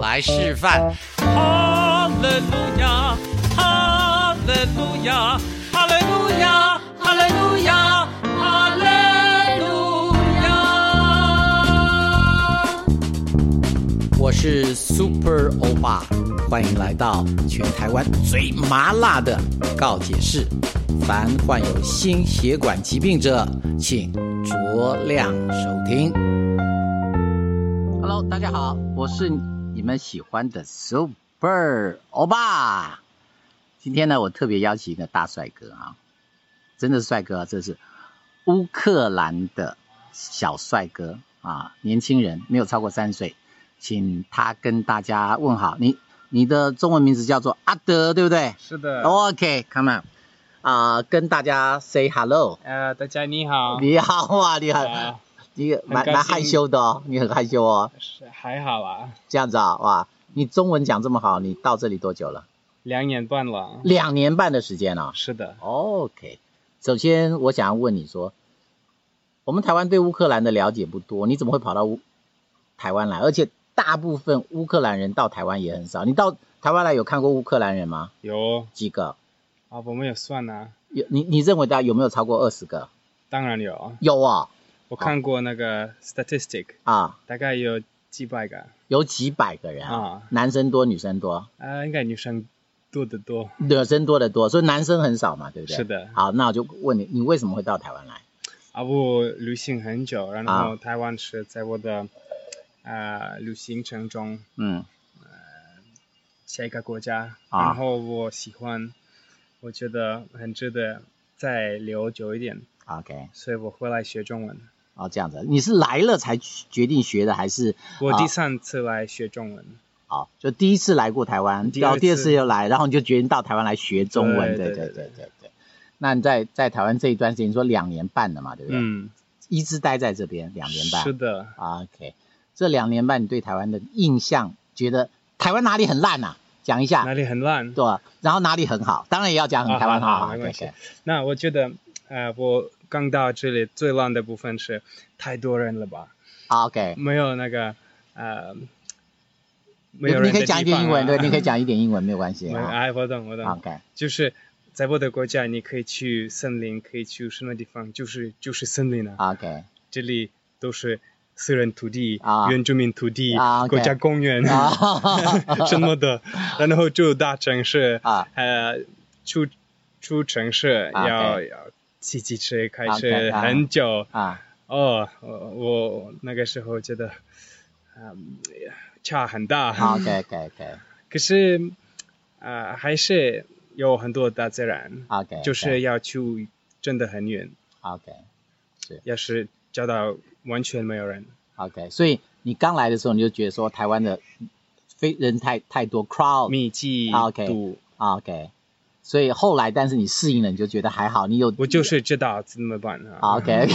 来示范。哈利路亚，哈利路亚，哈利路亚，哈利路亚，哈利路亚。我是 Super 欧巴，欢迎来到全台湾最麻辣的告解室。凡患有心血管疾病者，请酌量收听。Hello，大家好，我是你们喜欢的 Super 欧巴。今天呢，我特别邀请一个大帅哥啊，真的帅哥啊，这是乌克兰的小帅哥啊，年轻人，没有超过三十岁，请他跟大家问好。你你的中文名字叫做阿德，对不对是的， ？OK，come、on，啊、跟大家 say hello。呃，大家你好，你好啊，你好，呃你蛮很开心蛮害羞的哦，你很害羞哦，是还好啊，这样子啊，哇，你中文讲这么好，你到这里多久了？两年半了，两年半的时间了、是的， OK，首先我想要问你说，我们台湾对乌克兰的了解不多，你怎么会跑到乌台湾来？而且大部分乌克兰人到台湾也很少，你到台湾来有看过乌克兰人吗？有几个？啊，我们有算啊，有你你认为大概有没有超过二十个？当然有，有哦，我看过那个 statistic，啊，大概有几百个，有几百个人啊男生多，女生多。啊，应该女生多得多，女生多得多，所以男生很少嘛，对不对？是的好，那我就问你，你为什么会到台湾来？啊，我旅行很久，然啊后台湾是在我的啊旅行程中嗯下一个国家，啊然后我喜欢，我觉得很值得再留久一点， ，OK，所以我回来学中文。哦，这样子，你是来了才决定学的，还是我啊第三次来学中文，好，就第一次来过台湾，第然后二第二次次又来，然后你就决定到台湾来学中文，对对对对对对对对。那你在在台湾这一段时间，你说两年半了嘛，对不对？，嗯，一直待在这边两年是半。的， OK，这两年半你对台湾的印象，觉得台湾哪里很烂呐、啊讲一哪下，里很烂对？吧？然后哪里很好，当然也要讲啊台湾好好好，没对关对系那我觉得，呃，我刚到这里最烂的部分是太多人了吧， OK，没有那个，呃，没你有你人可以的讲一地点方英文，啊对，你可以。讲一点英文，没有关系 没有啊。哎，我懂我懂， OK，就是在我的国家，你可以去森林，可以去什么地方，就是就是森林啊， OK，这里都是私人土地、啊原住民土地、啊，OK 国家公园。 啊什么的，然后住大城市，啊呃，出出城市啊要对要骑机车开啊对车啊很久。啊哦，我我那个时候觉得，嗯，差很啊大。 ，OK，OK，OK，可是，啊，还是有很多大自然，啊 OK，就是要去真的很远， OK 要是找到完全没有人， OK，所以你刚来的时候你就觉得说台湾的非人太太多 crowd 密集啊，OK 度，啊 OK，所以后来但是你适应了，你就觉得还好，你有我就是知道怎么办啊。啊 OK，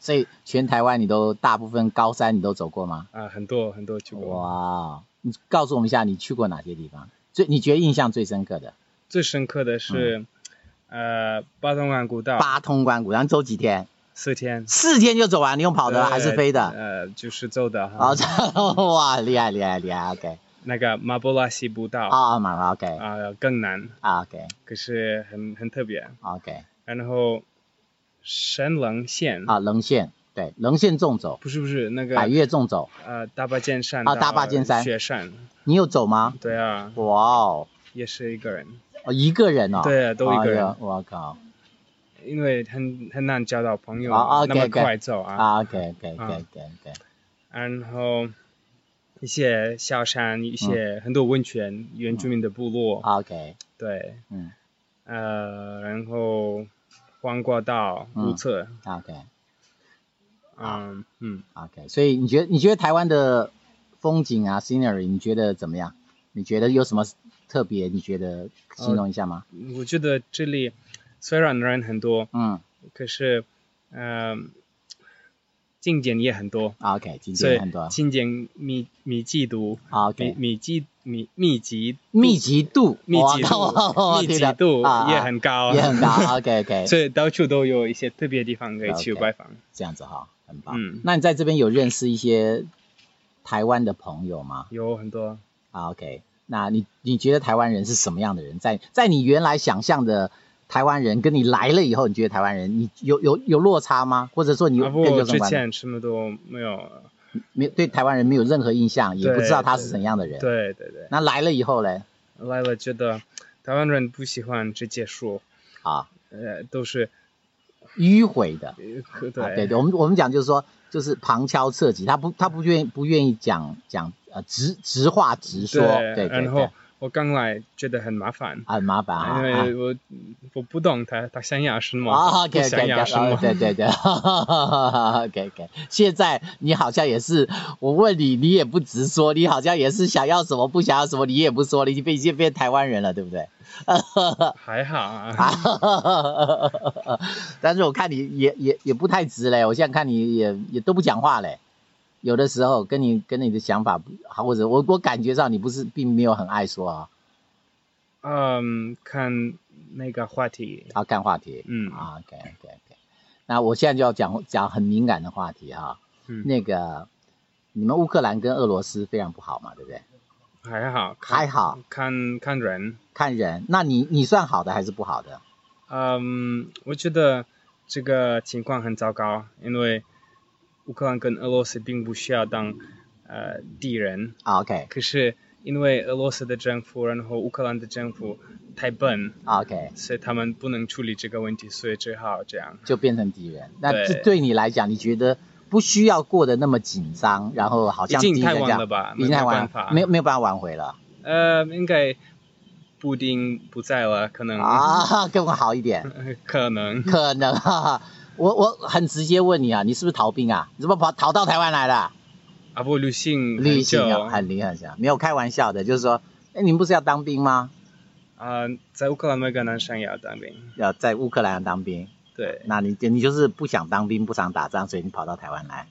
所以全台湾你都大部分高山你都走过吗？啊，很多很多去啊过。哇，哦你告诉我们一下你去过哪些地方？最你觉得印象最深刻的最深刻的是，呃，巴东湾古道嗯八通关谷，然后走几天？四天，四天就走完，你用跑的呃还是飞的？呃，就是走的哈啊，。这 哇，厉害厉害厉害，OK，那个马布拉西步道啊、啊，蛮好，OK，更难，啊，OK，OK，可是很很特别。 OK，然后神棱线啊，棱线，对，棱线纵走，不是不是那个百越纵走，呃大坝尖山啊到大坝尖山雪山，你有走吗？对啊，哇哦，也是一个人，哦一个人哦，对啊都一个人哎呦我靠，因为很很难交到朋友，啊那么，OK，OK 快走啊。啊，OK，OK，OK，OK，然后一些小山，一嗯些很多温泉，原住民的部落，啊，OK，对，嗯呃，然后黄瓜道、嗯无策， ，OK，OK，嗯嗯，所以你觉得你觉得台湾的风景啊，scenery，你觉得怎么样？你觉得有什么特别？你觉得形容一下吗？嗯我觉得这里虽然人很多，嗯可是，呃，景点也很多，啊，OK，今所以天很多啊景点密密集度，密，OK，密集密密集密集度，密集哇 靠度密对集的度啊啊也很高，也很高，OK OK， 所以到处都有一些特别地方可以去 OK 拜访。啊这样子哈，很棒。嗯那你在这边有认识一些台湾的朋友吗？有很多啊，OK，那你你觉得台湾人是什么样的人？在在你原来想象的台湾人，跟你来了以后，你觉得台湾人，你有有有落差吗？或者说你啊，不更过有之什么？前什么都没有。没有对台湾人没有任何印象，也不知道他是怎样的人。对对对，那来了以后嘞，来了觉得台湾人不喜欢直接说，啊，呃，都是迂回的，呃可啊，对对对，我们我们讲就是说，就是旁敲侧击，他不他不愿不愿意讲讲呃直直话直说，对对然对后，我刚来觉得很麻烦，啊很麻烦啊。因啊为我我不懂他他想要什么，啊不，OK 想 OK 要什么 OK，。对对对，OK OK。现在你好像也是，我问你，你也不直说，你好像也是想要什么不想要什么，你也不说了，已经变已经变台湾人了，对不对？还好啊，啊，但是我看你也也也不太直嘞，我现在看你也也都不讲话嘞，有的时候跟你跟你的想法不，或者我我感觉上你不是并没有很爱说啊，嗯，看那个话题，要看话题，嗯啊，OK OK OK，那我现在就要讲讲很敏感的话题哈、嗯，那个你们乌克兰跟俄罗斯非常不好嘛，对不对？还好，看还好看看人，看人，那你你算好的还是不好的？嗯，我觉得这个情况很糟糕，因为乌克兰跟俄罗斯并不需要当呃敌人，啊，OK 可是因为俄罗斯的政府，然后乌克兰的政府太笨，啊 OK，所以他们不能处理这个问题，所以只好这样。就变成敌人。那对这对你来讲，你觉得不需要过得那么紧张，然后好已像敌人经太这晚样了，吧？已经太没晚办法，没有没有办法挽回了呃，应该布丁不在了，可能，啊，更好一点， 可能可能。哈哈。我我很直接问你啊，你是不是逃兵啊？你怎么跑逃到台湾来了？啊不旅行很旅行久啊，很厉害，很厉害没有开玩笑的，就是说，哎，你们不是要当兵吗？啊，在乌克兰每个男生也要当兵，要在乌克兰当兵，对，那你你就是不想当兵，不想打仗，所以你跑到台湾来，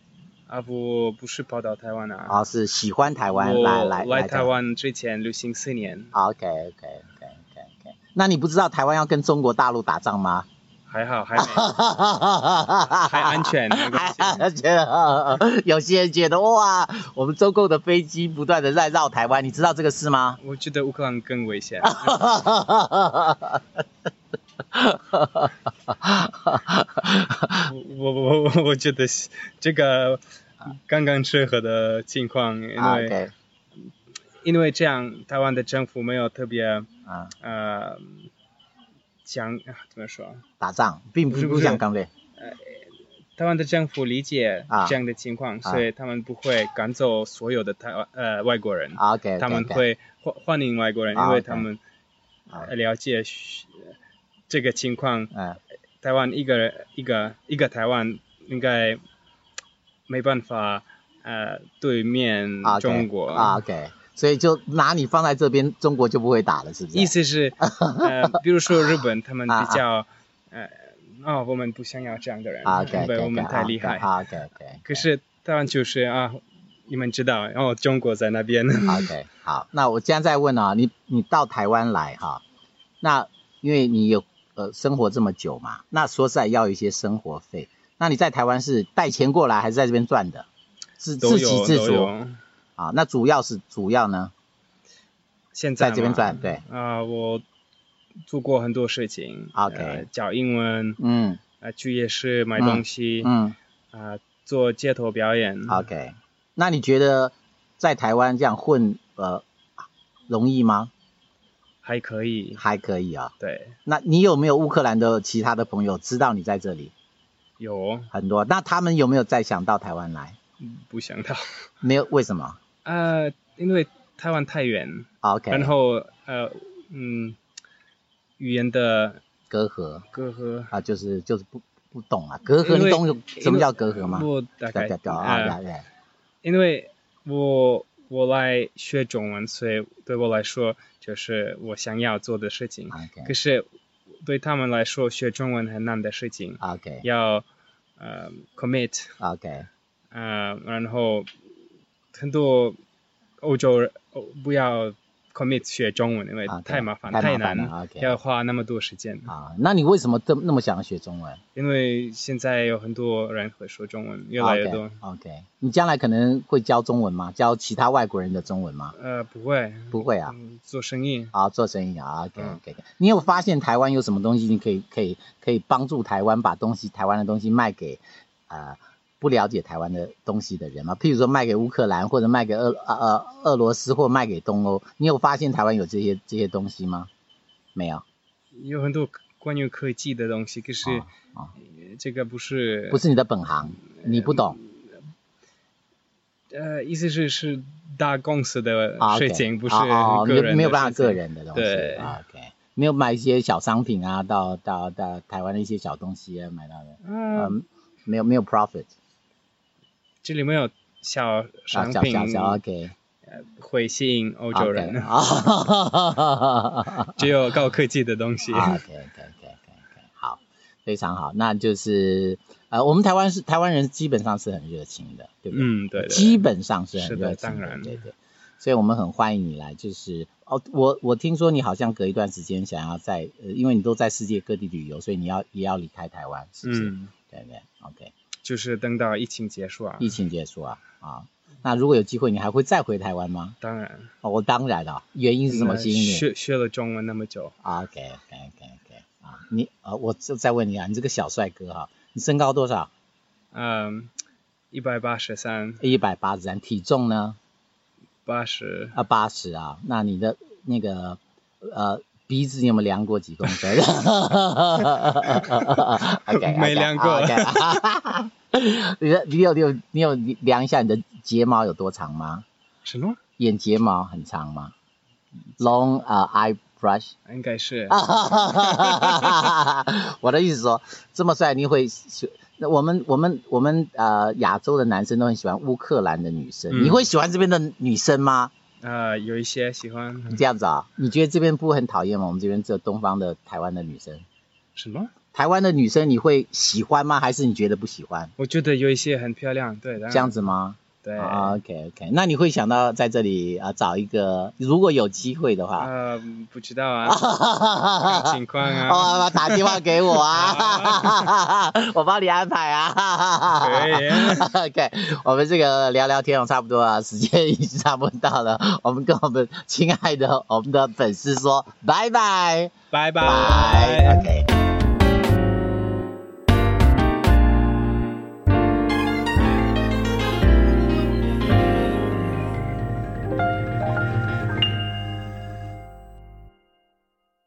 啊不不是跑到台湾啊，啊，是喜欢台湾，来我来来台这样。湾之前旅行四年， OK OK OK OK OK，那你不知道台湾要跟中国大陆打仗吗？还好还没 还 还安全，没关 还系。安全。哦有些人觉得哇，我们中共的飞机不断的在绕台湾，你知道这个事吗？我觉得乌克兰更危险，我我我我我觉得是这个刚刚适合的情 况，因啊为，OK，因为这样台湾的政府没有特别啊，呃想啊怎么说，打仗并不不是不不是想干对，台湾的政府理解啊这样的情况，所以他们不会赶走所有的台湾呃外国人，啊，OK，他们会欢欢迎外国人，啊因为 OK 他们啊了解需这个情况，嗯，台湾一个人一个一个台湾应该没办法呃对面啊，OK，中国啊，OK，所以就拿你放在这边，中国就不会打了，是不是？意 思是呃，比如说日本他们啊比较呃哦，我们不想要这样的人，啊，OK，啊因为我们太厉害， OK OK，可是台湾就是啊，你们知道，然、后中国在那边， OK，好，那我现在再问啊，你你到台湾来哈、那因为你有呃生活这么久嘛，那说实在要有一些生活费，那你在台湾是带钱过来还是在这边赚的？自都 自给有自都足有，啊？那主要是主要呢，现在在这边嘛赚对，啊、我做过很多事情啊 OK 呃教英文，嗯啊、去夜市买嗯东西，啊、嗯做街头表演， ，OK，那你觉得在台湾这样混呃容易吗？还可以，还可以啊。对，那你有没有乌克兰的其他的朋友知道你在这里？有哦很多，那他们有没有再想到台湾来？不想到，没有，为什么？啊呃，因为台湾太远， OK，然后呃，嗯，语言的隔阂隔阂，啊，就是就是不不懂啊，隔阂因你为懂什么叫隔阂吗？我大概对对呃啊，对因为我我来学中文，所以对我来说就是我想要做的事情。可啊，OK 是对他们来说，学中文很难的事情，啊 OK 啊要呃 commit， OK 啊呃，然后很多欧洲人哦不要 commit 学中文，因为啊对太麻烦、太麻烦难，了，OK 要花那么多时间。啊，那你为什么这么那么想要学中文？因为现在有很多人会说中文，越来越多。啊 OK，, o k 你将来可能会教中文吗？教其他外国人的中文吗？呃，不会，不会啊。嗯做生意啊，做生意啊，OK 嗯 OK，、你有发现台湾有什么东西你可以可以可以帮助台湾把东西台湾的东西卖给呃不了解台湾的东西的人吗？譬如说卖给乌克兰或者卖给俄呃呃俄罗斯或卖给东欧，你有发现台湾有这些这些东西吗？没有，有很多关于科技的东西，可是、啊啊呃这个不是不是你的本行，你不懂。呃，意思是是大公司的啊，OK，事情，呃不是哦哦个人的没有办法事情个人的东西。对啊，OK，没有买一些小商品啊，到到到台湾的一些小东西啊，买到的，嗯，嗯，没有没有 profit 这里没有小啊，商小品小小 OK，会吸引欧洲 OK 人，啊哈哈哈哈只有高科技的东西。啊，OK OK OK OK，好，非常好，那就是呃，我们台湾是台湾人基本上是很热情的，对不对？嗯，对对基对，本上是很是热的情当然对对。所以我们很欢迎你来，就是哦，我我听说你好像隔一段时间想要在，呃，因为你都在世界各地旅游，所以你要也要离开台湾，是不是？嗯，对对，OK，就是等到疫情结束啊，疫情结束啊，啊，那如果有机会，你还会再回台湾吗？当然，哦，呃我当然了、原因是什么吸引你学学了中文那么久，啊？OK OK OK OK，啊，你啊，我就再问你啊，你这个小帅哥哈、你身高多少？嗯，一百八十三，一百八十三，体重呢？八十，啊，八十啊，那你的那个呃鼻子你有没有量过几公 分？OK，没量过啊 OK，你啊的你有你有你有量一下你的睫毛有多长吗？什么？眼睫毛很长吗？Long 呃 eye brush 应该是啊， 我的意思说，这么帅你会喜？那我们我们我们呃亚洲的男生都很喜欢乌克兰的女生，嗯你会喜欢这边的女生吗？啊，有一些喜欢这样子啊？你觉得这边不会很讨厌吗？我们这边只有东方的台湾的女生，什么？台湾的女生你会喜欢吗？还是你觉得不喜欢？我觉得有一些很漂亮，对，当然这样，子吗？嗯对，啊，OK OK，那你会想到在这里啊找一个，如果有机会的话，啊，不知道啊，看情况啊， 哦，打电话给我 啊，我帮你安排啊。可以啊 OK，我们这个聊聊天哦，差不多啊，时间已经差不多到了，我们跟我们亲爱的我们的粉丝说拜拜，拜拜，OK。